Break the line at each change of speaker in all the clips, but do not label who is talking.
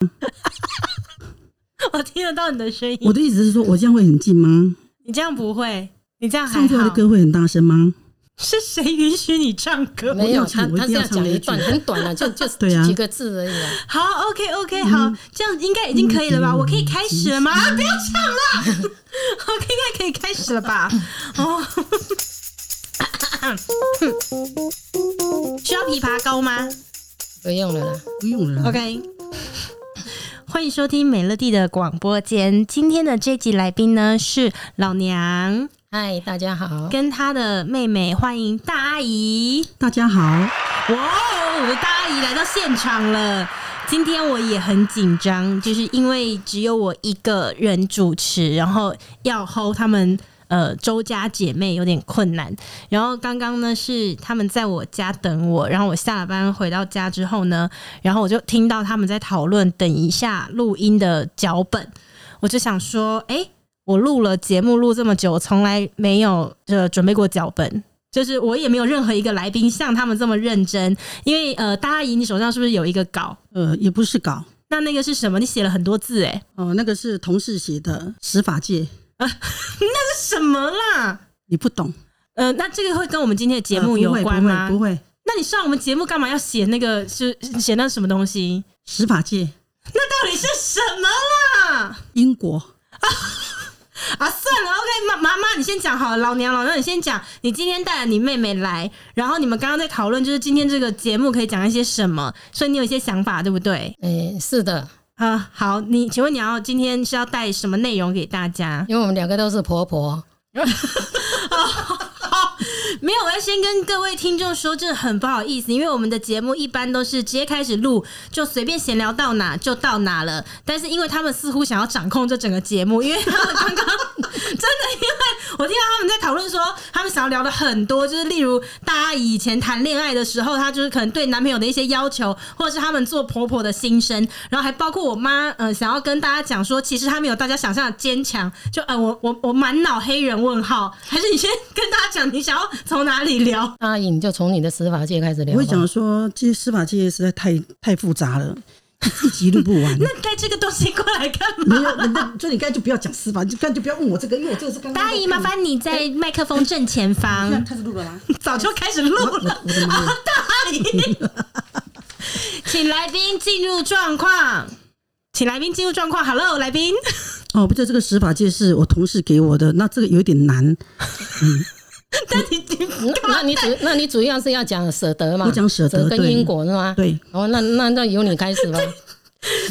我听得到你的声音。
我的意思是说，我这样会很近吗？
你这样不会，你这样还
唱出来的
好。
歌会很大声吗？
是谁允许你唱 歌？
没有，
我一定要
他
唱我一定要唱那
他这样讲了一
一句
段，很 短了，就就
对啊
几个字而已啊。
好，OK OK，好，
嗯
这样应该已经可以了吧？我可以开始了吗？啊， 不要唱了， 我应该可以开始了吧？哦， 需要枇杷膏吗
不用了啦，
不用了啦。
？OK。欢迎收听美乐蒂的广播间。今天的这集来宾呢是老娘
嗨，大家好，
跟她的妹妹，欢迎大阿姨。
大家好，
哇哦，我的大阿姨来到现场了。今天我也很紧张，就是因为只有我一个人主持，然后要 hold 他们呃周家姐妹有点困难。然后刚刚呢是他们在我家等我，然后我下了班回到家之后呢，然后我就听到他们在讨论等一下录音的脚本，我就想说，哎、我录了节目录这么久，从来没有呃准备过脚本。就是我也没有任何一个来宾像他们这么认真，因为呃，大阿姨，你手上是不是有一个稿？
呃，也不是稿，
那那个是什么？你写了很多字、哎，
哦，那个是同事写的《十法界》，
什么啦？
你不懂。
呃，那这个会跟我们今天的节
呃
目有关吗？
不会，不会，不会
那你上我们节目干嘛要写那个？是写那什么东西？
十法界，
那到底是什么啦？
英国
啊，算了，OK，妈妈妈，你先讲好了，老娘老娘你先讲，你今天带了你妹妹来，然后你们刚刚在讨论就是今天这个节目可以讲一些什么，所以你有一些想法对不对？
诶、是的，
啊，好，你请问你要今天是要带什么内容给大家？
因为我们两个都是婆婆，
没有，我要先跟各位听众说，真的很不好意思，因为我们的节目一般都是直接开始录，就随便闲聊到哪就到哪了。但是因为他们似乎想要掌控这整个节目，因为他们刚刚真的，因为我听到他们在讨论说，他们想要聊的很多，就是例如大家以前谈恋爱的时候，她就是可能对男朋友的一些要求，或者是他们做婆婆的心声，然后还包括我妈，呃，想要跟大家讲说，其实她没有大家想象的坚强。就呃，我我我满脑黑人问 号，还是你先跟大家讲，你想要从哪里 聊？
阿姨你就从你的司法界开始聊
我
吧。
会讲说，这些司法界实在太太复杂了，一集录不完。
那带这个东西过来干 嘛？
没有，那所以你刚才就不要讲司法，你就干脆不要问我这个，因为我这个是刚刚。
大姨，麻烦你在麦克风正前
现在
方，
开始录了吗？
早就开始录了。
我的妈呀！
大姨，请来宾进入状况，请来宾进入状况。Hello，来 宾，
哦，不知道这个司法界是我同事给我的，那这个有点难。
但你你 干
嗯那
嘛
你主那你主要是要讲舍得嘛？
我讲舍得
跟
对
因果是吗？
对。
哦，那那那由你开 始吧。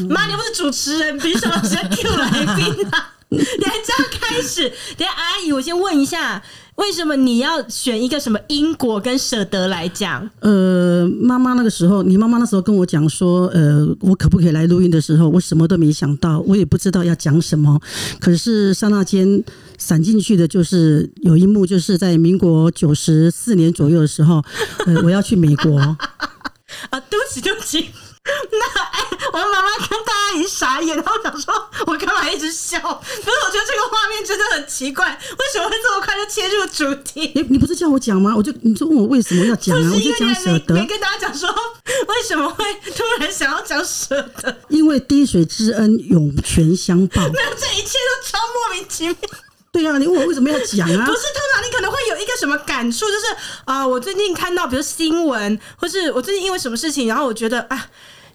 妈，你又不是主持人，凭什么直接 Q 来宾 啊？你还这样开始？等一下阿姨，我先问一下，为什么你要选一个什么因果跟舍得来讲？
呃，妈妈那个时候，你妈妈那时候跟我讲说，呃，我可不可以来录音的时候，我什么都没想到，我也不知道要讲什么。可是刹那间闪进去的就是有一幕，就是在民国九十四年左右的时候， 呃，我要去美国，
啊，对不起，对不起。 那哎、我的妈妈跟大阿姨傻眼，然后想说，我干嘛一直笑？不是，我觉得这个画面真的很奇怪，为什么会这么快就切入主题？
你你不是叫我讲吗？我就你就问我为什么要讲
就
啊？
是
我
因
就
为你
讲
还没
舍得
没，跟大家讲说， 为什么会突然想要讲舍得？
因为滴水之恩涌泉 相报。
那这一切都超莫名其妙。
对啊，你问我为什么要讲啊
不？是，通常你可能会有一个什么感触，就是啊、我最近看到，比如新闻，或是我最近因为什么事情，然后我觉得啊。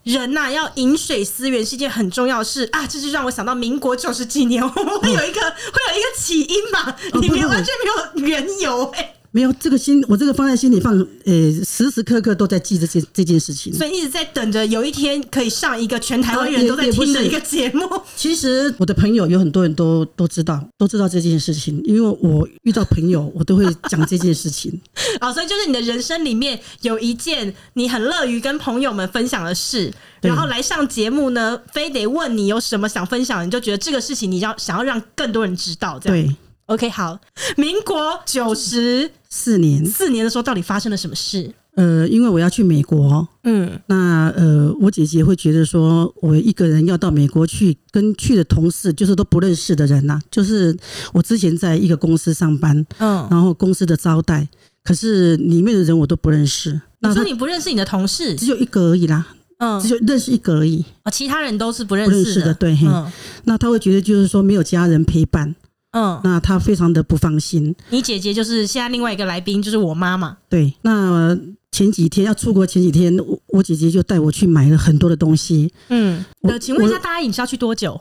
人呐、要饮水思源是一件很重要的事啊！这就让我想到民国九十几年，我会有一个、会有一个起因嘛？
嗯哦
你
不
没有
不
完全没有缘由哎、
没有这个心，我这个放在心里放，呃，时时刻刻都在记着这这件事情。
所以一直在等着有一天可以上一个全台湾
哦
人
也
都在
也不
听的
是
一个节目。
其实我的朋友有很多人都都知道，都知道这件事情，因为我遇到朋友，我都会讲这件事 情。
哦，所以就是你的人生里面有一件你很乐于跟朋友们分享的事，
对
然后来上节目呢，非得问你有什么想分享，你就觉得这个事情你要想要让更多人知道，这样。
对，
OK，好，民国九十
四年，
四年的时候到底发生了什么事？
呃，因为我要去美国，
嗯，
那呃，我姐姐会觉得说，我一个人要到美国去，跟去的同事就是都不认识的人呐、啊就是我之前在一个公司上班，
嗯，
然后公司的招待，可是里面的人我都不认识，
你
那
说
他
你不认识你的同事
只有一个而已啦。
嗯
只，有认识一个而已。
哦其他人都是不认
不认
识
识的对嘿
嗯
那他会觉得就是说没有家人陪伴，
嗯，
那他非常的不放心。
你姐姐就是现在另外一个来宾，就是我妈妈。
对，那前几天要出国前几天，我我姐姐就带我去买了很多的东西，
嗯，
我
呃，请问一下，
我
大家影是要去多久？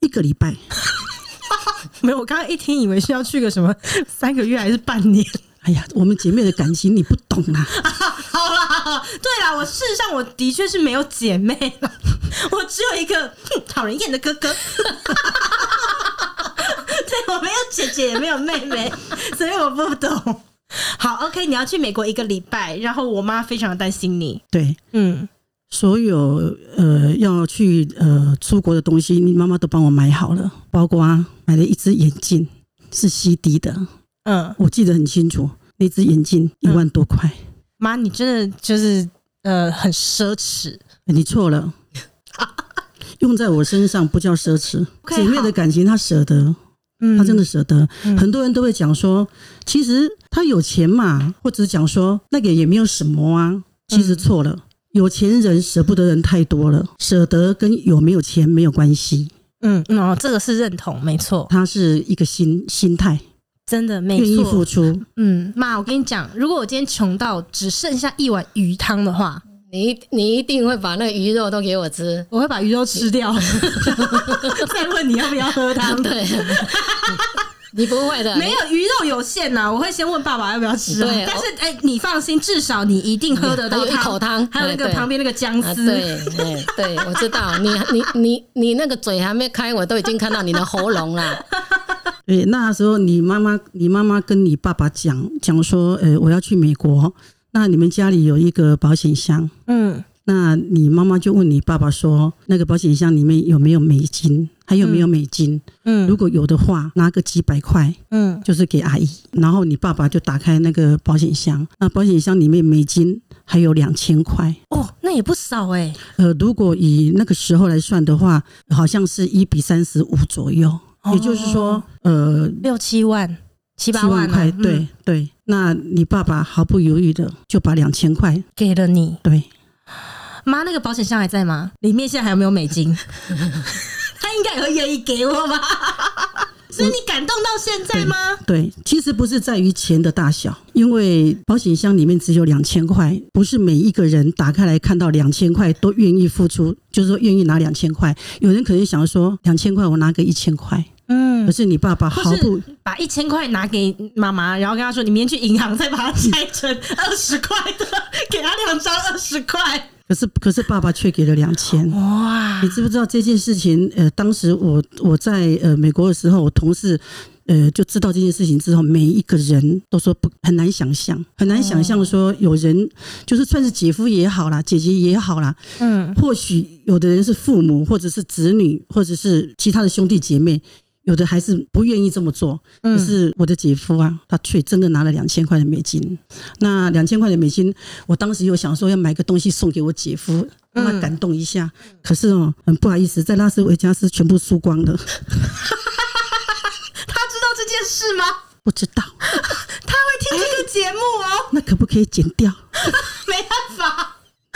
一个礼拜。
没有，我刚刚一听以为是要去个什么 三个月还是半年。
哎呀，我们姐妹的感情你不懂啊啦、
好啦，好啦对啦，我事实上我的确是没有姐妹啦， 我只有一个哼讨人厌的哥哥。 对我没有姐姐，也没有妹妹， 所以我不懂。好，OK，你要去美国一个礼拜，然后我妈非常担心你。
对，
嗯，
所有呃要去呃出国的东西，你妈妈都帮我买好了，包括啊买了一只眼镜，是 CD 的，
嗯，
我记得很清楚，那只眼镜一万多块。哎
妈，你真的就是呃很奢侈。
你 错了，用在我身上不叫奢侈。
OK，
姐妹
好
的感情，她舍得，
嗯
她真的舍得。
嗯
很多人都会讲说，其实她有钱嘛，或者讲说那个也没有什么啊。其实
嗯
错了，有钱人舍不得人太多了，舍得跟有没有钱没有关系，
嗯嗯哦，这个是认同，没错，
它是一个心心态，
真的没
愿意
错。
付出。
嗯，妈，我跟你讲，如果我今天穷到只剩下一碗鱼汤的话，
你一你一定会把那鱼肉都给我吃。
我会把鱼肉吃掉，再问你要不要喝汤。
对， 你不会 的，
没有鱼肉有限啊呐、我会先问爸爸要不要吃啊、
对
但是哎、你放心，至少你一定喝得到
还有一口汤
还有那
哎
个
对
旁边那个姜
啊，
丝。
对，哎，对，我知道，你你你你那个嘴还没开，我都已经看到你的喉咙啦。
对，那时候你妈妈，你妈妈跟你爸爸讲讲说，呃，我要去美国，那你们家里有一个保险箱。
嗯
那你妈妈就问你爸爸说，那个保险箱里面有没有美金？还有没有美金？
嗯
如果有的话，拿个几百块，
嗯
就是给阿姨。然后你爸爸就打开那个保险箱，那保险箱里面美金还有两千块。
哦，那也不少哎、
呃，如果以那个时候来算的话，好像是一比三十五左右，
哦
也就是说，呃，
六七万、七八
七
万、
万
啊，
块。
嗯
对、对，那你爸爸毫不犹豫的就把两千块，
给了你。
对，
妈，那个保险箱还在吗？里面现在还有没有美金？他应该也会愿意给我吧？所以你感动到现在吗？
对，其实不是在于钱的大小，因为保险箱里面只有两千块，不是每一个人打开来看到两千块都愿意付出，就是说愿意拿两千块。有人可能想说，两千块我拿个一千块，
嗯
可，是你爸爸毫
或
不
把一千块拿给妈妈，然后跟她说：“你明天去银行再把它拆 成二十块的，给她两张二十块。
可是可是爸爸却给了两千”。
哇
你！知不知道这件事情？呃，当时我我在呃美国的时候，我同事呃就知道这件事情之后，每一个人都说不很难想象，很难想象说有人就是算是姐夫也好啦，姐姐也好啦，
嗯，
或许有的人是父母，或者是子女，或者是其他的兄弟姐妹，有的还是不愿意这么做。可是我的姐夫啊，他却真的拿了两千块的美金。那两千块的美金，我当时有想说要买个东西送给我姐夫，
嗯
让他感动一下。可是哦，很不好意思，在拉斯维加斯全部输光 了，
她知道这件事吗？
不知道
她会听这个节目哦，
那可不可以减掉？
没办法。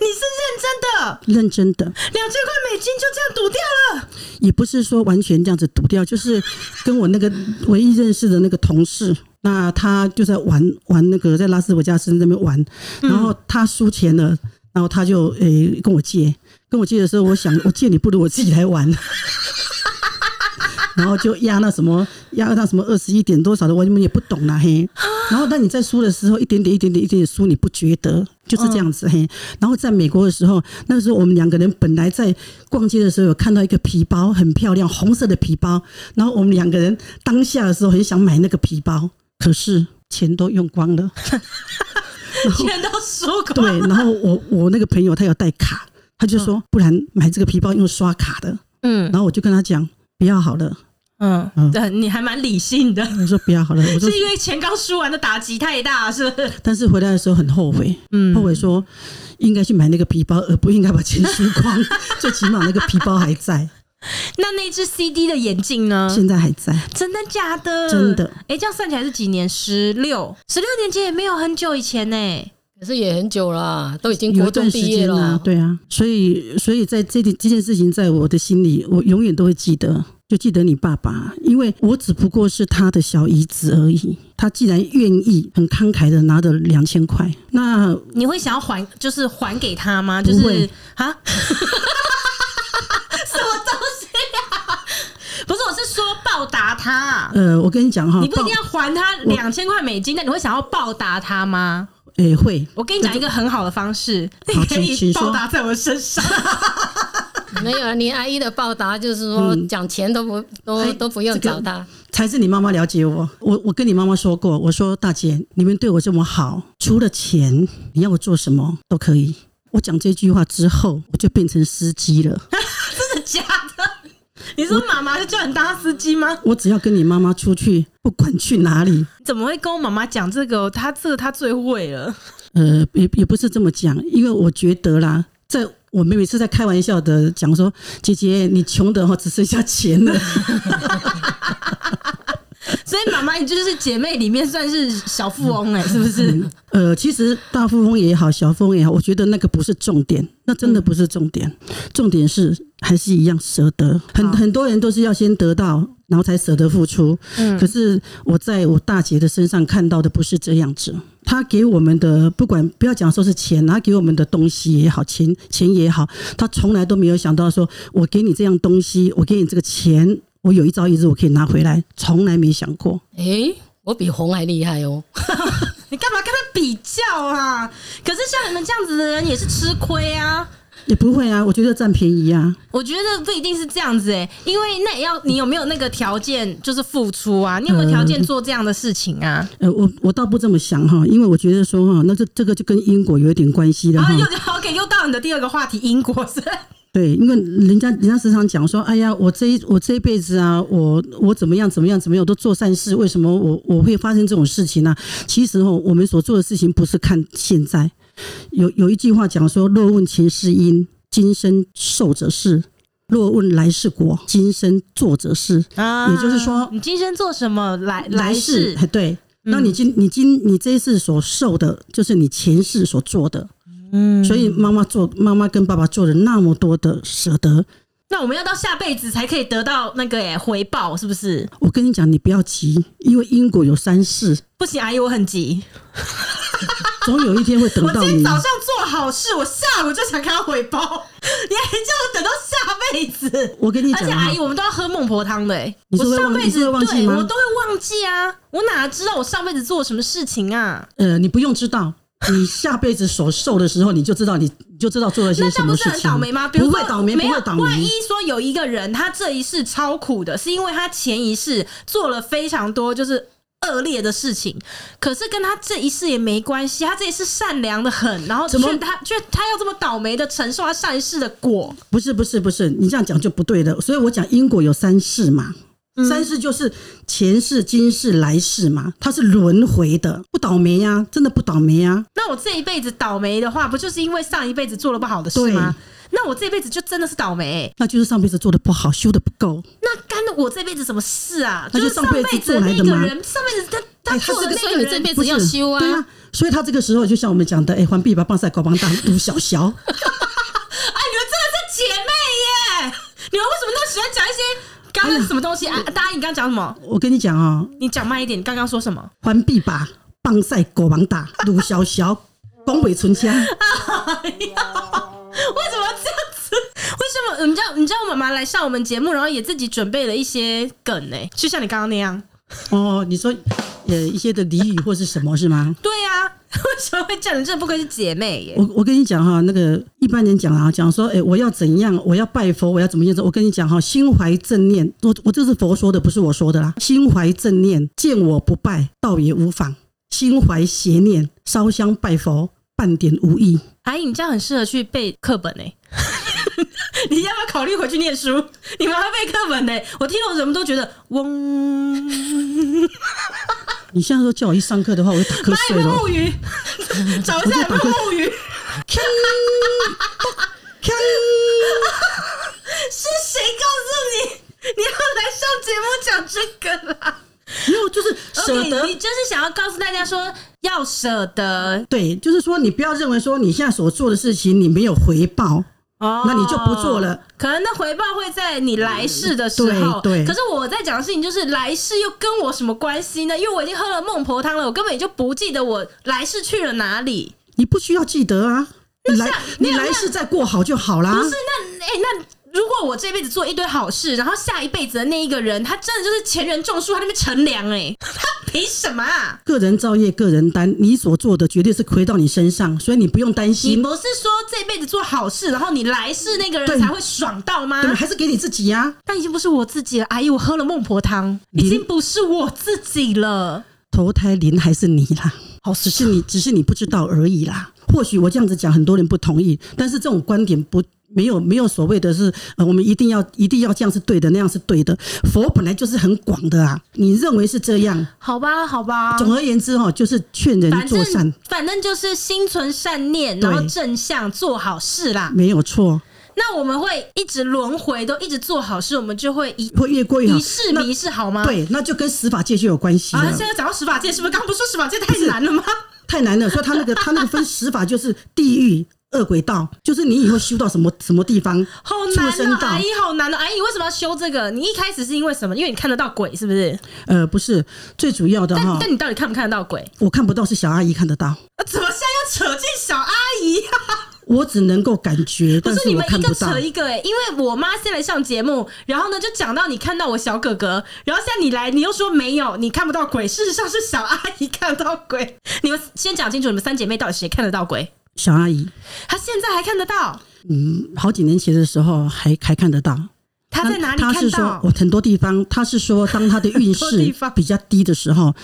你是认真的，
认真的，
两千块美金就这样赌掉了。
也不是说完全这样子赌掉，就是跟我那个唯一认识的那个同事，那他就在玩玩那个在拉斯维加斯那边玩，然后他输钱了，然后他就诶、跟我借，跟我借的时候，我想我借你不如我自己来玩。 然后就压那什么，压那什么二十一点多少的，我们也不懂啦嘿。然后当你在输的时候，一点点、一点点、一点点输，你不觉得就是这样子嘿。然后在美国的时候，那个时候我们两个人本来在逛街的时候有看到一个皮包，很漂亮，红色的皮包。然后我们两个人当下的时候很想买那个皮包，可是钱都用光了。
全都输光。
对，然后我我那个朋友他有带卡，他就说不然买这个皮包用刷卡的。
嗯
然后我就跟他讲不要好了，
嗯，
嗯
对，你还蛮理性的，
我说不要好了，我说
是因为钱刚输完的打击太大，是不是？
但是回来的时候很后悔，
嗯
后悔说应该去买那个皮包，而不应该把钱输光，最起码那个皮包还在，
那那只 CD 的眼镜呢？
现在还在。
真的假的？
真的
哎、这样算起来是几年？十六，十六年前也没有很久以前呢、
可可是也很久了，啊都已经
有
国
一段
中
时
毕业
间啊
了，，
对啊，所以所以在这件这件事情，在我的心里，我永远都会记得，就记得你爸爸，因为我只不过是他的小姨子而已。他既然愿意，很慷慨的拿着两千块，那
你会想要还，就是还给他吗？就是
会
啊， 什么东西啊？不是，我是说报答他。
呃，我跟你讲哈，
你不一
报
定要还他两千块美金，但你会想要报答他吗？
诶会，
我跟你讲一个很好的方式，
好
你可
请
以
请说
报答在我身上。
没有，你阿姨的报答就是说，讲钱都不都
嗯哎
都不用
这个
找他，
才是你妈妈了解我。我我跟你妈妈说过，我说大姐，你们对我这么好，除了钱，你要我做什么都可以。我讲这句话之后，我就变成司机了。
真的假的？你说妈妈就叫你当司机吗？
我只要跟你妈妈出去，不管去哪里，
怎么会跟我妈妈讲这个？她这个她最会了。
呃，也也不是这么讲，因为我觉得啦，在我妹每次在开玩笑的讲说，姐姐你穷的哈，哦只剩下钱了。
所以妈妈，你就是姐妹里面算是小富翁哎、 是不是？
呃，其实大富翁也好，小富翁也好，我觉得那个不是重点，那真的不是重点，重点是还是一样舍得。很
好
很多人都是要先得到，然后才舍得付出。可是我在我大姐的身上看到的不是这样子。她给我们的，不管不要讲说是钱，她给我们的东西也好，钱钱也好，她从来都没有想到说，我给你这样东西，我给你这个钱，我有一朝一日我可以拿回来，从来没想过。
诶、我比红还厉害 哦。
你干嘛跟她比较啊？可是像你们这样子的人也是吃亏啊。
也不会啊，我觉得占便宜啊。
我觉得不一定是这样子哎、因为那也要你有没有那个条件，就是付出啊？你有没有条件做这样的事情啊？
呃，我我倒不这么想哈，因为我觉得说哈，那这这个就跟因果有一点关系的
嗯然
哈
后。啊又 OK，又到你的第二个话题，英国是不是
对，因为人家人家时常讲说，哎呀，我这一我这一辈子啊，我我怎么样怎么样怎么样，我都做善事，为什么我我会发生这种事情呢、其实哈，我们所做的事情不是看现在，有有一句话讲说，若问前世因，今生受者是；若问来世果，今生做者是。
啊
也就是说
你今生做什么来来
来世
世，
哎对。那你今你今你这一世所受的，就是你前世所做的，嗯，所以妈妈做妈妈跟爸爸做了那么多的舍得，
那我们要到下辈子才可以得到那个哎、回报，是不是？
我跟你讲，你不要急，因为因果有三世，
不行，阿姨，我很急，
总有一天会等
我
到
今天
你
早。上做好事，我下午就想看到回 报，你还叫我等到下辈子？
我跟你
而且
讲啊
阿姨，，我们都要喝孟婆汤的、欸，
你
我
是会
上
忘
辈
你是
子
会忘记
对
吗
我都会忘记啊，我哪知道我上辈子做了什么事情啊？
呃，你不用知道，你下辈子所受的时候，你就知道你你就知道做了些
那
什
这样不
么
是
事
很
情。
倒霉吗？比如
不
说
会倒霉，不
没有
会倒
万一
霉。
说有一个人，他这一世超苦的，是因为他前一世做了非常多就是恶劣的事情，可是跟他这一世也没关系，他这一世善良的很，然后
怎么
却他却他要这么倒霉的承受他上一世的果，
不是不是不是，你这样讲就不对了。所以我讲因果有三世嘛，
嗯
三世就是前世、今世、来世嘛，它是轮回的，不倒霉呀、真的不倒霉啊呀、
那我这一辈子倒霉的话，不就是因为上一辈子做了不好的事
对
吗？那我这辈子就真的是倒霉欸、
那就是上辈子做的不好，修的不够。
那干我这辈子什么事啊？
那就是
上辈
上辈子
的
做来
那
的
个
吗
人，上辈子他他
哎他
做的
这
那个
个所以你这
人
辈子
不是
要修啊
对啊，所以他这个时候就像我们讲的，哎、环碧吧，棒晒高帮大，鲁小小。
哎，你们真的是姐妹耶！你们为什么都喜欢讲一些刚刚什么东西啊？大家，你刚刚讲什么？
我跟你讲哦，
你讲慢一点，你刚刚说什么？
环碧吧，棒晒高帮大，鲁小小，恭维存家。
哎为什么这样子？为什么？你知道，你知道我妈妈来上我们节目，然后也自己准备了一些梗呢、就像你刚刚那样。
哦，你说呃一些的俚语或是什么是 吗？
对呀、啊， 为什么会叫你这不愧是姐妹耶？
我我跟你讲哈，那个一般人讲啊，讲说，哎、我要怎样，我要拜佛，我要怎么样子？我跟你讲哈，心怀正念，我我这是佛说的，不是我说的啦。心怀正念，见我不拜，道也无妨；心怀邪念，烧香拜佛，半点无益。
阿姨，你这样很适合去背课本呢、欸 你要不要考虑回去念书？你妈妈背课本呢、欸我听了我怎么都觉得嗡，
你现在说叫我去上课的话，我会打瞌
妈有
睡
没有
了。
木鱼？ 找一下有没有木鱼？ 是谁告诉你你要来上节目讲这个啦？
没有，就是舍
而且
得
你就是想要告诉大家说，要舍得
对，就是说你不要认为说你现在所做的事情你没有回报，
哦，
那你就不做了。
可能那回报会在你来世的时候，
对对
可是我在讲的事情就是来世又跟我什么关系呢？因为我已经喝了孟婆汤了，我根本也就不记得我来世去了哪里。
你不需要记得啊，你来
那
你来世再过好啊就好啦。
不是，那哎、那如果我这辈子做一堆好事，然后下一辈子的那一个人，他真的就是前人种树，他那边乘凉哎，他凭什么啊？
个人造业，个人担，你所做的绝对是回到你身上，所以你不用担
你
心。
不是说这辈子做好事，然后你来世那个人
对
才会爽到吗？
对，还是给你自己呀、啊。
但已经不是我自己了，阿姨，我喝了孟婆汤，已经不是我自己了。
投胎灵还是你啦，
好
只是你只是你不知道而已啦。或许我这样子讲，很多人不同意，但是这种观点不没有没有所谓的是，呃，我们一定要一定要这样是对的，那样是对的。佛本来就是很广的啊，你认为是这样。
好吧，好吧，
总而言之哈、哦，就是劝人
啊反
做善
正，反正就是心存善念，
对
然后正向做好事啦。
没有错，
那我们会一直轮回，都一直做好事，我们就会一
会越过越好
一。世
那
迷世，好吗？。
对，那就跟司法界就有关系了。
啊，现在讲到十法界，是不是刚刚不是说十法界太难了 吗？
太难了，所以他那个他那个分十法就是地狱、恶鬼道，就是你以后修到什么什么地方，
好
畜
难
生
哦，
道
阿。姨好难哦，阿姨你为什么要修这个？你一开始是因为什么？因为你看得到鬼，是不是？
呃，不是最主要的
但
哈，
但你到底看不看得到鬼？
我看不到是小阿姨看得到，
啊怎么现在又扯进小阿姨啊？
我只能够感觉，
不
但
是你
我
们
看
一
不
个
到
扯。一个哎、因为我妈先来上节目，然后呢就讲到你看到我小哥哥，然后现在你来，你又说没有，你看不到鬼，事实上是小阿姨看得到鬼。 你们先讲清楚，你们三姐妹到底谁看得到鬼？
小阿姨，
她现在还看得到，
嗯，好几年前的时候还还看得到。
她在哪里
他
看
是说
到？
我很多地方，他是说当他的
很
运
多地
势
方
比较低的时候，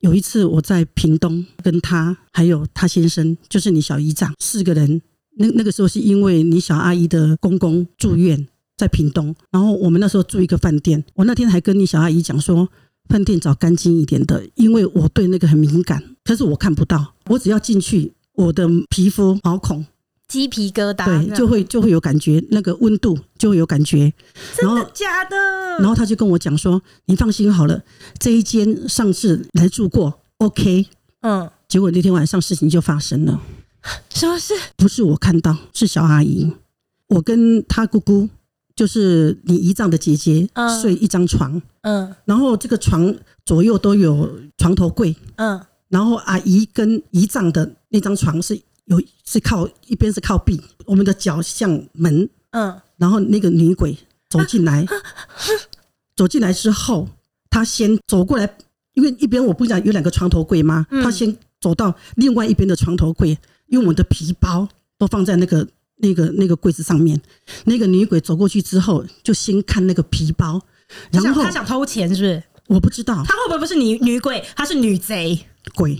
有一次我在屏东跟他还有他先生，就是你小姨丈四个人，那那个时候是因为你小阿姨的公公住院在屏东，然后我们那时候住一个饭店，我那天还跟你小阿姨讲说。饭店找干净一点的，因为我对那个很敏感，但是我看不到，我只要进去，我的皮肤毛孔
鸡皮疙瘩
对就会就会有感觉，那个温度就会有感觉，然后
假的
然后他就跟我讲说：“你放心好了，这一间上次来住过，OK。
嗯，”
结果那天晚上事情就发生了，
什么事？
不是我看到，是小阿姨，我跟她姑姑，就是你姨丈的姐姐
嗯，
睡一张床，
嗯
然后这个床左右都有床头柜，
嗯
然后阿姨跟姨丈的那张床是有是靠一边是靠壁，我们的脚向门，
嗯，
然后那个女鬼走进
啊
来，走进来之后，她先走过来，因为一边我不是讲有两个床头柜吗？
嗯
她先走到另外一边的床头柜，用我的皮包都放在那个那个那个柜子上面。那个女鬼走过去之后，就先看那个皮包，
她
然
想
后
她想偷钱是不是？
我不知道
她会不会不是女女鬼，她是女贼？
鬼，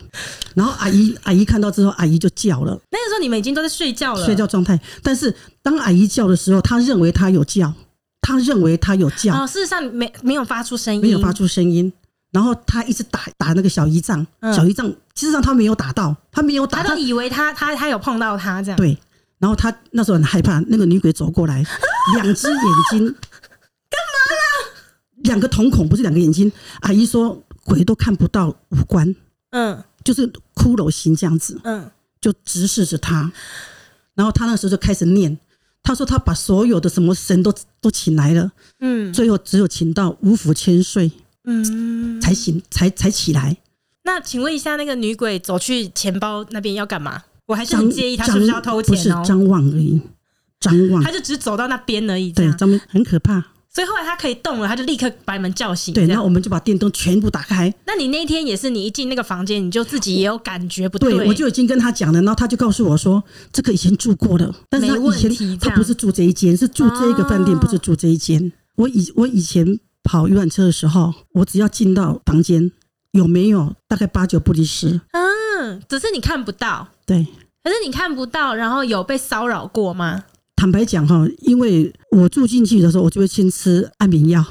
然后阿姨阿姨看到之后，阿姨就叫了，
那个时候你们已经都在睡觉了，
睡觉状态。但是当阿姨叫的时候，她认为她有叫，她认为她有叫。
哦，事实上没没有发出声音，
没有发出声音。然后他一直打打那个小姨丈，
嗯
小姨丈其实上他没有打到，他没有打
他
到啊
都，以为他他他有碰到他这样。
对。然后他那时候很害怕，那个女鬼走过 来，两只眼睛干嘛啦？两个瞳孔不是两个眼睛。阿姨说鬼都看不到五官，
嗯
就是骷髅形这样子，
嗯，
就直视着他。然后他那时候就开始念，他说他把所有的什么神都都请来了，
嗯
最后只有请到五府千岁
嗯。
才醒，才才起来。
那请问一下，那个女鬼走去钱包那边要干嘛？我还是
张
很介意她是不是要偷钱
张
哦
不是、张望而已，张望
她就只走到那边而已，这
对
样。
张望很可怕。
所以后来她可以动了，她就立刻把你们叫醒。
对，
这
然
样
后我们就把电灯全部打开。
那你那一天也是，你一进那个房间，你就自己也有感觉不
对，我就已经跟他讲了，然后他就告诉我说，这个以前住过了，但是他
没
以
问题
前
这
他
样
不是住这一间，是住这一个饭店，
哦
不是住这一间。
啊
我以我以前跑游览车的时候，我只要进到房间，有没有大概八九不离十。
嗯，只是你看不到，
对，
可是你看不到，然后有被骚扰过吗？
坦白讲哈，因为我住进去的时候，我就会先吃安眠药。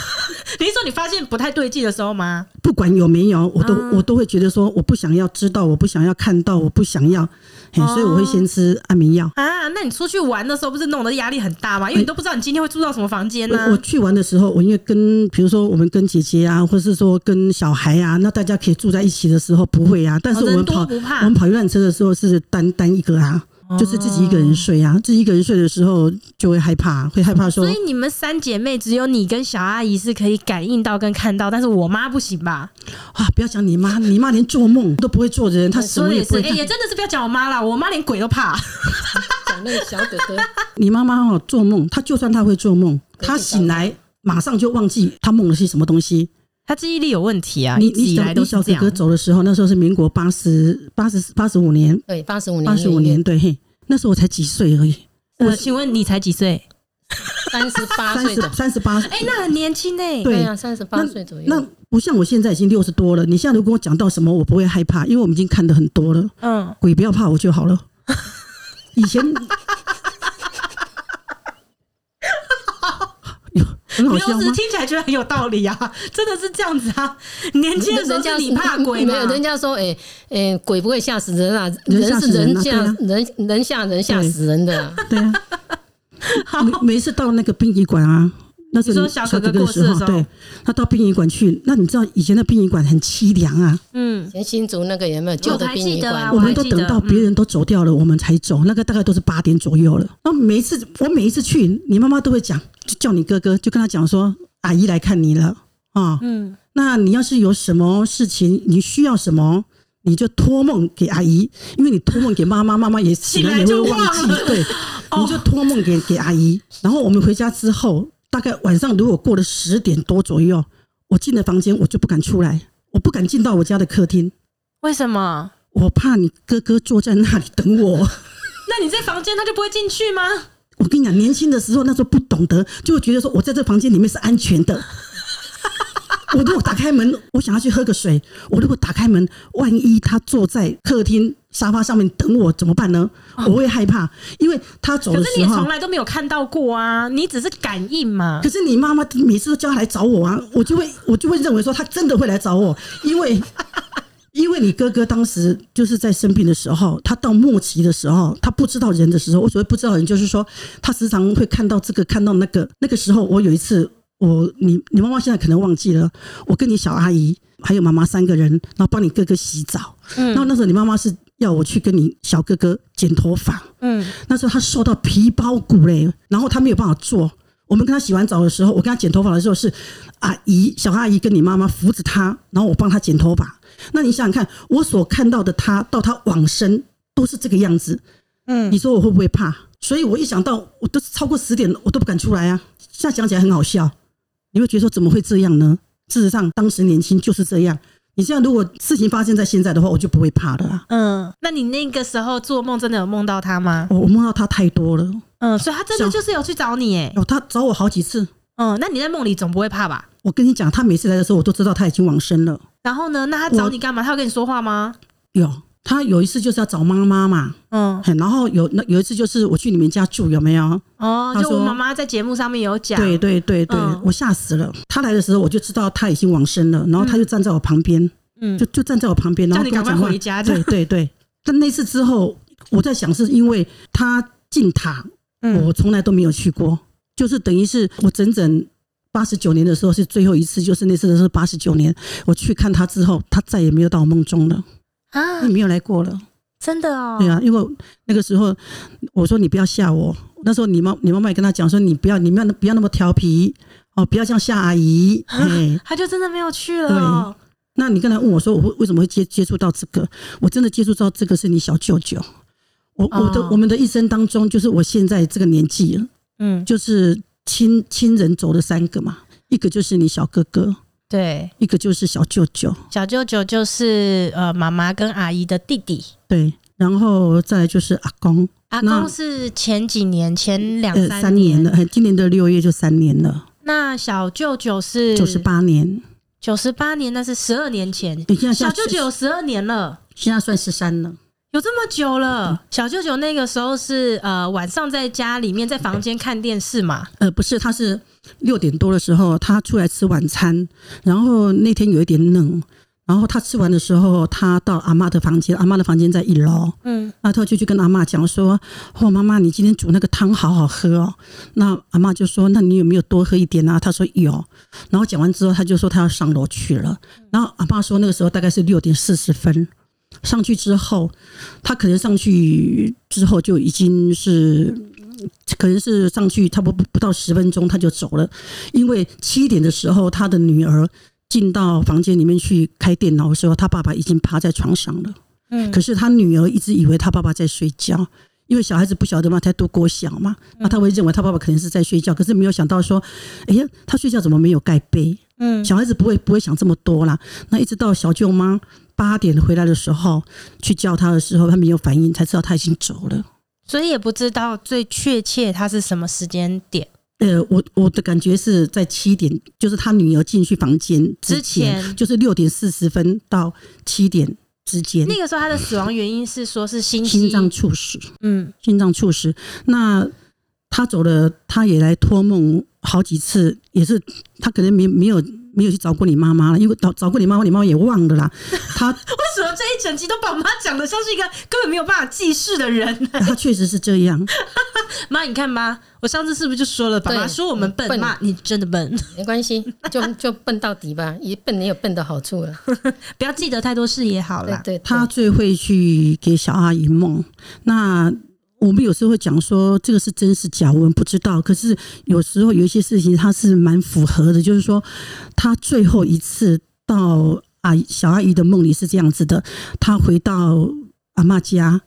你是说你发现不太对劲的时候吗？
不管有没
啊
有，我都、我都会觉得说，我不想要知道，我不想要看到，我不想要，
哦
嘿，所以我会先吃安眠药。
啊，那你出去玩的时候不是弄得压力很大吗？因为你都不知道你今天会住到什么房间呢、
我我去玩的时候，我因为跟比如说我们跟姐姐啊，或是说跟小孩啊，那大家可以住在一起的时候不会啊，但是我
哦人
们
多
跑、
不哦怕
我们跑游览车的时候是单单一个啊，就是自己一个人睡啊，自己一个人睡的时候就会害怕，会害怕说
所以你们三姐妹只有你跟小阿姨是可以感应到跟看到，但是我妈不行吧？
啊，不要讲你妈，你妈连做梦都不会做的人，她什
说
么
的
也
也
不
是，
会
哎、
看。
也真的是不要讲我妈啦，我妈连鬼都怕。
讲那个小哥哥，
你妈妈哦，做梦，她就算她会做梦，她醒来马上就忘记她梦的是什么东西。
她记忆力有问题啊，
你
一直
你
以
小
来都
你
是
小
这
哥
样
哥。走的时候，那时候是民国八十八十八十五年，
对，八十五年，
八十五年，，对，嘿，那时候我才几岁而已，
我请问你才几岁？
三十八
三
岁
十
的，
三十八，
哎、那很年轻哎、
对
对呀，三十八岁左右。
那不像我现在已经六十多了。你现在如果跟我讲到什么，我不会害怕，因为我们已经看的很多了。
嗯，
鬼不要怕我就好了。以 前 有很好
没有，
笑
只是
吗？
听起来觉得很有道理啊，真的是这样子啊。年轻的时候
人
是
家
你怕鬼
没
嘛？
有，人家说，哎、哎、鬼不会吓死人啊，
人
人
吓
是
死
人
人啊
吓人人吓人吓死人的啊、
对啊，每每次到那个殡仪馆啊，那时候
你说小哥哥
哥的
过世的时候
对，他到殡仪馆去，那你知道以前的殡仪馆很凄凉啊，
嗯
以，前新竹那个有没有旧的殡
我
仪
还记得啊
馆
我？们都
还记得
嗯等到别人都走掉了，我们才走，那个大概都是八点左右了。那每一次我每一次去，你妈妈都会讲，就叫你哥哥，就跟他讲说，阿姨来看你了啊，
嗯，
那你要是有什么事情，你需要什么，你就托梦给阿姨，因为你托梦给妈妈，妈妈也醒来也会忘
醒来就忘
记
了，
对，你就托梦给给阿姨。然后我们回家之后，大概晚上如果过了十点多左右，我进了房间，我就不敢出来，我不敢进到我家的客厅，
为什么？
我怕你哥哥坐在那里等我。
那你在房间他就不会进去吗？
我跟你讲，年轻的时候那时候不懂得，就会觉得说我在这房间里面是安全 的。我如果打开门，我想要去喝个水，我如果打开门，万一他坐在客厅沙发上面等我怎么办呢？我会害怕，因为他走
可
的
是你
时
也
候
从。来都没有看到过啊，你只是感应嘛
可。是你妈妈每次都叫他来找我啊，我就会我就会认为说他真的会来找我，因为 因为你哥哥当时就是在生病的时候，他到末期的时候，他不知道人的时候，我所谓不知道人就是说他时常会看到这个看到那个。那个时候我有一次，我你你妈妈现在可能忘记了，我跟你小阿姨还有妈妈三个人，然后帮你哥哥洗澡，然后那时候你妈妈是要我去跟你小哥哥剪头发，
嗯，
那时候他瘦到皮包骨嘞，然后他没有办法坐。我们跟他洗完澡的时候，我跟他剪头发的时候是阿姨、小阿姨跟你妈妈扶着他，然后我帮他剪头发。那你想想看，我所看到的他到他往生都是这个样子，嗯，你说我会不会怕？所以我一想到我都超过十点了，我都不敢出来啊。现在想起来很好笑，你会觉得说怎么会这样呢？事实上，当时年轻就是这样。你现在如果事情发生在现在的话，我就不会怕了啊。
嗯，那你那个时候做梦真的有梦到他吗？
我我梦到他太多了，
嗯，所以他真的
小
就是有去找你哎。
哦，他找我好几次，
嗯，那你在梦里总不会怕吧？
我跟你讲，他每次来的时候，我都知道他已经往生了。
然后呢？那他找
我
你干嘛？他要跟你说话吗？
有，他有一次就是要找妈妈嘛，
嗯，
嘿然后有那有一次就是我去你们家住，有没有？
哦，
他
就我
说
妈妈在节目上面有讲，
对对对对，
啊嗯
我吓死了。他来的时候我就知道他已经往生了，然后他就站在我旁边，
嗯
就，就站在我旁边，然
叫
后
你
跟
赶
我
快
讲话
回。家，这
对
样，
对对，但那次之后，我在想是因为他进塔，
嗯，
我从来都没有去过，就是等于是我整整。八十九年的时候是最后一次，就是那次的是八十九年，我去看他之后，他再也没有到我梦中了。
啊
你，没有来过了，
真的哦，
对啊，因为那个时候我说你不要吓我，那时候你妈你妈妈也跟他讲说你不要你不要不要那么调皮哦，不要像吓 阿姨，哎，
他就真的没有去了哦。
那你刚才问我说我会为什么会接接触到这个，我真的接触到这个是你小舅舅，我我的、
哦
我们的一生当中，就是我现在这个年纪了，
嗯，
就是亲亲人走了三个嘛，一个就是你小哥哥，
对，
一个就是小舅舅，
小舅舅就是呃妈妈跟阿姨的弟弟，
对，然后再来就是阿公，
阿
那
公是前几年前两
呃，
三
三年了，哎今年的六月就三年了。
那小舅舅是
九十八年，
九十八年，那是十二年前。
你现在
小舅舅有十二年了，
现在算十三了，
有这么久了。小舅舅那个时候是呃晚上在家里面在房间看电视嘛，
呃，不是，他是六点多的时候，他出来吃晚餐，然后那天有一点冷，然后他吃完的时候，他到阿妈的房间，阿妈的房间在一楼，嗯，那他就去跟阿妈讲说：“哦，妈妈，你今天煮那个汤好好喝哦。”那阿妈就说：“那你有没有多喝一点啊？”他说：“有。”然后讲完之后，他就说他要上楼去了。然后阿妈说那个时候大概是六点四十分。上去之后，他可能上去之后就已经是可能是上去差不多不不到十分钟他就走了，因为七点的时候他的女儿进到房间里面去开电脑的时候，他爸爸已经趴在床上了。嗯，可是他女儿一直以为他爸爸在睡觉。因为小孩子不晓得嘛，才读国小嘛，那他会认为他爸爸可能是在睡觉，可是没有想到说，哎呀，他睡觉怎么没有盖被？嗯，小孩子不会不会想这么多啦。那一直到小舅妈八点回来的时候，去叫他的时候，他没有反应，才知道他已经走了。
所以也不知道最确切它是什么时间点
呃，我我的感觉是在七点，就是他女儿进去房间之
之前
就是六点四十分到七点之间，
那个时候他的死亡原因是说是心
心
肌，
脏猝死。
嗯，
心脏猝死。那他走了，他也来托梦好几次，也是他可能没没有没有去找过你妈妈了，因为找找过你妈妈，你妈妈也忘了啦。他
为什么这一整集都把我妈讲的像是一个根本没有办法记事的人？
他确实是这样，
妈，你看妈，我上次是不是就说了，爸爸
对
说我们笨，
笨
妈你真的笨，
没关系，就就笨到底吧，一笨也有笨的好处了。
不要记得太多事也好
对
啦。
对，对
他最会去给小阿姨梦。那我们有时候会讲说这个是真是假，我们不知道。可是有时候有一些事情它是蛮符合的，就是说他最后一次到阿姨小阿姨的梦里是这样子的，他回到阿妈家，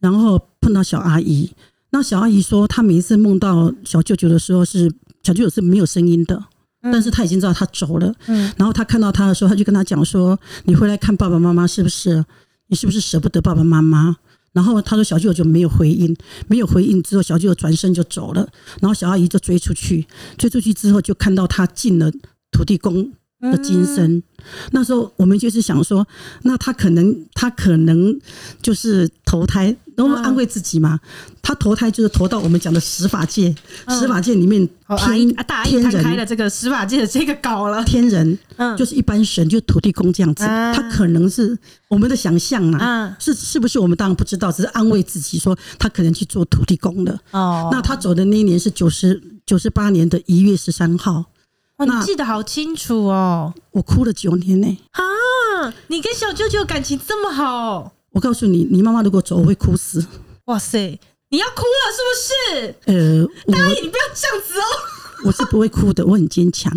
然后碰到小阿姨。那小阿姨说，她每一次梦到小舅舅的时候是，小舅舅是没有声音的，
嗯
但是她已经知道他走了。
嗯，
然后她看到他的时候，她就跟他讲说：“你回来看爸爸妈妈是不是？你是不是舍不得爸爸妈妈？”然后她说小舅舅没有回应，没有回应之后，小舅舅转身就走了。然后小阿姨就追出去，追出去之后就看到他进了土地公的金身。
嗯
那时候我们就是想说，那他可能他可能就是投胎，然后安慰自己嘛。他投胎就是投到我们讲的十法界，
嗯
十法界里面
好，阿
天、
姨啊，大阿姨
天
摊开了
人
这个司法界的这个稿 了，
天人
嗯，
就是一般神，就是土地公这样子。
啊
他可能是我们的想象嘛，
啊
是是不是我们当然不知道，只是安慰自己说他可能去做土地公了。
哦，
那他走的那一年是九十九十八年的一月十三号，
哇
那
你记得好清楚哦。
我哭了九年呢、
啊，你跟小舅舅感情这么好哦，
我告诉你，你妈妈如果走，我会哭死。
哇塞，你要哭了是不是？
呃，
大姨，
我
你不要这样子哦，
我是不会哭的，我很坚强。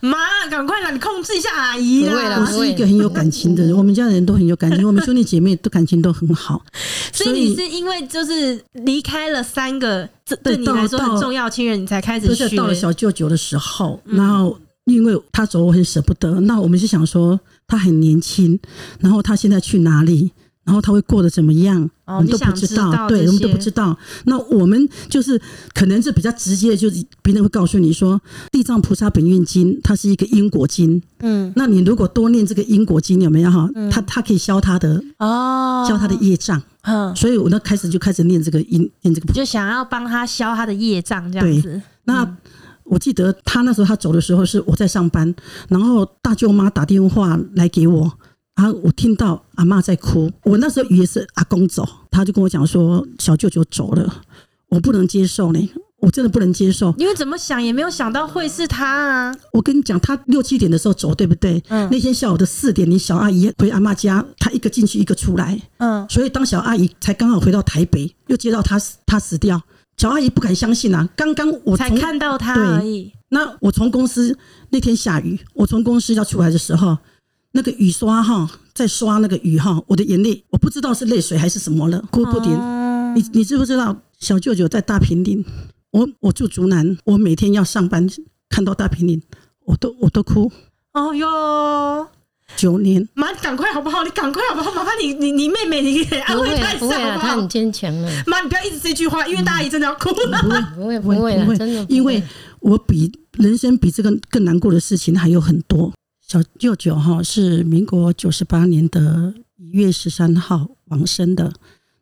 妈，赶快啦，你控制一下阿姨
不会啦
啦
我。是一个很有感情
嗯
的人，我们家人都很有感情，我们兄弟姐妹都感情都很好。
所以你是因为就是离开了三个这对
对
你来说
到
很重要的亲人，你才开始嗯
就
学
是到了小舅舅的时候，然后因为他走，我很舍不得。那我们是想说他很年轻，然后他现在去哪里，然后他会过得怎么样，
哦
我们都不
你想知道
对，
这
我们都
些
不知道。那我们就是可能是比较直接，就是别人会告诉你说，地藏菩萨本愿经它是一个因果经，
嗯
那你如果多念这个因果经有没有哈？它它可以消他的
哦
消他的业障，
嗯，
所以我那开始就开始念这个因念这个
你就想要帮他消他的业障这样子。
那我记得他那时候他走的时候是我在上班，然后大舅妈打电话来给我，啊，我听到阿嬷在哭，我那时候以为是阿公走，他就跟我讲说小舅舅走了，我不能接受呢，我真的不能接受。
因为怎么想也没有想到会是他啊，
我跟你讲，他六七点的时候走，对不对？
嗯
那天下午的四点，你小阿姨回阿嬷家，她一个进去一个出来，
嗯，
所以当小阿姨才刚好回到台北，又接到她死她死掉，小阿姨不敢相信啊！刚刚我
才
从
看到他
对
而已。
那我从公司那天下雨，我从公司要出来的时候，那个雨刷哈在刷那个雨哈，我的眼泪我不知道是泪水还是什么了，哭不停。
嗯
你你知不知道小舅舅在大平林？我我住竹南，我每天要上班看到大平林，我都我都哭
哦哟，
九年。
妈，赶快好不好？你赶快好不好？麻烦你，你你妹妹，你给安
不
慰
会
她
啦，
一
不会
下
啦，
好
他
不
很
好？
坚强的，
妈，你不要一直这句话，因为大阿姨真的要哭了。
不会不会啦，啊真的不
啊因为我比人生比这个更难过的事情还有很多。小舅舅哈是民国九十八年的一月十三号往生的，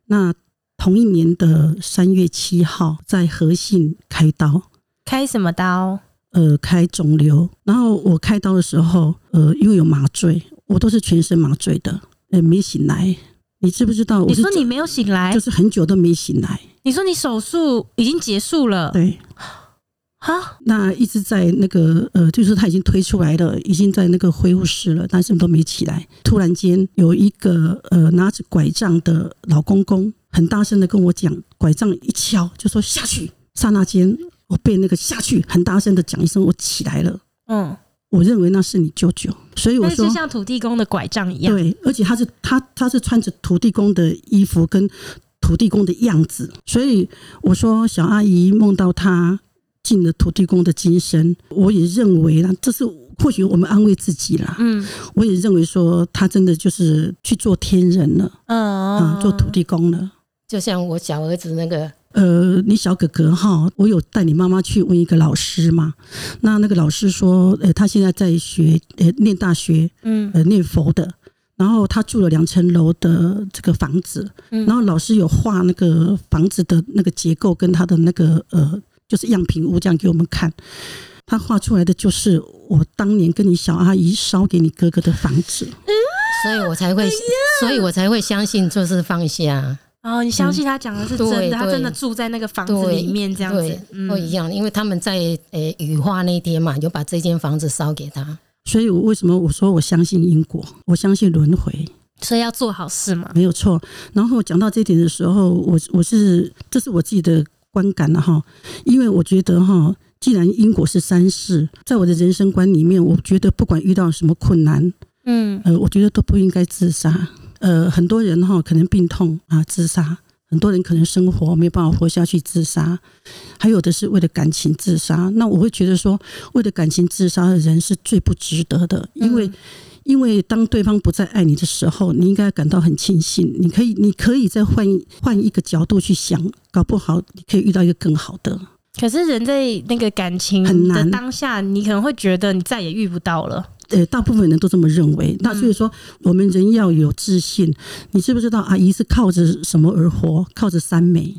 那同一年的三月七号，在和信开刀，
开什么刀？
呃，开肿瘤。然后我开刀的时候，呃，因为有麻醉，我都是全身麻醉的，呃，没醒来。你知不知道？我
你
是
说你没有醒来
就，是很久都没醒来。
你说你手术已经结束了
对，
啊？
那一直在那个呃，就是他已经推出来了，已经在那个恢复室了，但是都没起来。突然间有一个呃拿着拐杖的老公公，很大声的跟我讲，拐杖一敲就说下去。刹那间，我被那个下去很大声的讲一声，我起来了。
嗯，
我认为那是你舅舅，所以我
那
说
就像土地公的拐杖一样。
对，而且他是他他是穿着土地公的衣服跟土地公的样子，所以我说小阿姨梦到他进了土地公的金身，我也认为啦，这是或许我们安慰自己啦，
嗯
我也认为说他真的就是去做天人了啊、
嗯，
做土地公了。
就像我小儿子那个，
呃，你小哥哥哈，我有带你妈妈去问一个老师嘛，那那个老师说，呃，他现在在学，呃，念大学，
嗯
呃念佛的，然后他住了两层楼的这个房子，
嗯
然后老师有画那个房子的那个结构跟他的那个呃，就是样品屋这样给我们看，他画出来的就是我当年跟你小阿姨烧给你哥哥的房子，
所以我才
哎
会，所以我才会相信就是放下。
哦，你相信他讲的是真
对
的，他真的
对
住在那个房子
对，
里面这样
对
子。嗯
都一样，因为他们在呃雨化那天嘛，就把这间房子烧给他，
所以我为什么我说我相信因果，我相信轮回，
所以要做好事嘛。
没有错。然后讲到这一点的时候，我我是这是我自己的观感了哈，因为我觉得哈，既然因果是三世，在我的人生观里面，我觉得不管遇到什么困难，
嗯
呃，我觉得都不应该自杀。呃，很多人哈可能病痛啊自杀，很多人可能生活没有办法活下去自杀，还有的是为了感情自杀。那我会觉得说，为了感情自杀的人是最不值得的，因为、因为当对方不再爱你的时候，你应该感到很庆幸。你可以，你可以再换一换一个角度去想，搞不好你可以遇到一个更好的。
可是人在那个感情
很
的
难
当下，你可能会觉得你再也遇不到了。
呃，大部分人都这么认
嗯
为。那所以说，我们人要有自信。你知不知道阿姨是靠着什么而活？靠着三美：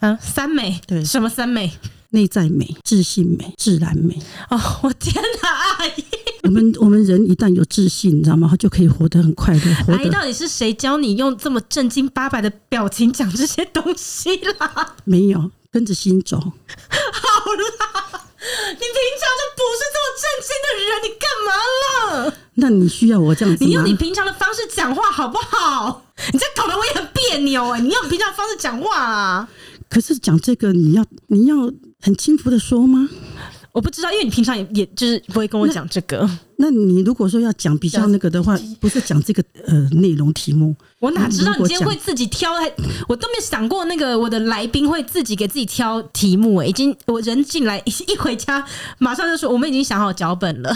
啊，三美，
对
什么三美？
内在美、自信美、自然美。
哦，我天哪，阿姨，
我们我们人一旦有自信，你知道吗？他就可以活得很快乐，活
阿姨
得
到底是谁教你用这么正经八百的表情讲这些东西 啦？
没有跟着心走。
好啦，你平常就不是这么正经的人，你干嘛了？
那你需要我这样子
你
吗
用？你平常的方式讲话好不好？你这样搞得我也很别扭哎、你用你平常的方式讲话啊！
可是讲这个，你要你要很轻浮的说吗？
我不知道，因为你平常也也就是不会跟我讲这个，
那你如果说要讲比较那个的话，不是讲这个呃内容题目，
我哪知道
如
你
果
今天
讲
会自己挑， 还我都没想过那个我的来宾会自己给自己挑题目哎、已经我人进来一一回家，马上就说我们已经想好脚本了，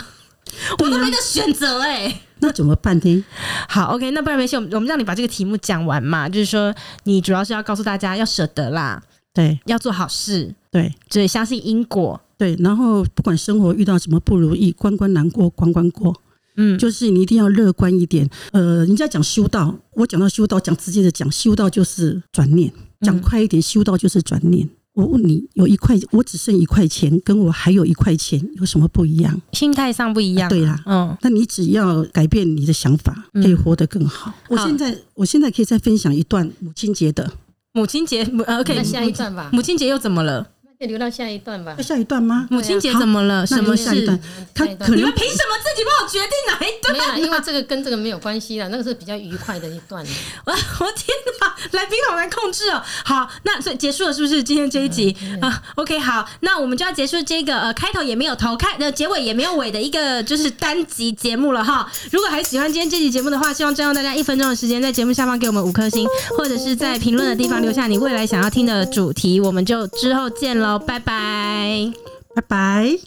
我都没得选择哎、
那怎么办呢？
好，OK，那不然没事，我们我们让你把这个题目讲完嘛，就是说你主要是要告诉大家要舍得啦，
对
要做好事，
对
对，相信因果，
对，然后不管生活遇到什么不如意，关关难过关关过，
嗯，
就是你一定要乐观一点。呃，人家讲修道，我讲到修道，讲直接的讲，修道就是转念，
嗯
讲快一点，修道就是转念。我问你，有一块，我只剩一块钱，跟我还有一块钱有什么不一样？
心态上不一样、
啊对啦
嗯，
那你只要改变你的想法，
嗯
可以活得更好。我现在，我现在可以再分享一段母亲节的，
母亲节母呃，OK，
那
母
下一段吧，
母亲节又怎么了？
就留到下一段 吧
要。下一段吗？
母亲节怎么了？嗯什
那
么
就下一
事
段？，他
下一段
可
你
能
们凭什么自己帮我决定哪一
没有啦，因
段、
为
啊？
这个跟这个没有关系啦，那个是比较愉快的一段。
我我天哪，来宾好难控制哦。好，那所以结束了是不是？今天这一集啊、o k 好，那我们就要结束这个呃开头也没有头，开呃结尾也没有尾的一个就是单集节目了哈。如果还喜欢今天这集节目的话，希望占用大家一分钟的时间，在节目下方给我们五颗星，或者是在评论的地方留下你未来想要听的主题，我们就之后见喽，拜拜。
拜拜。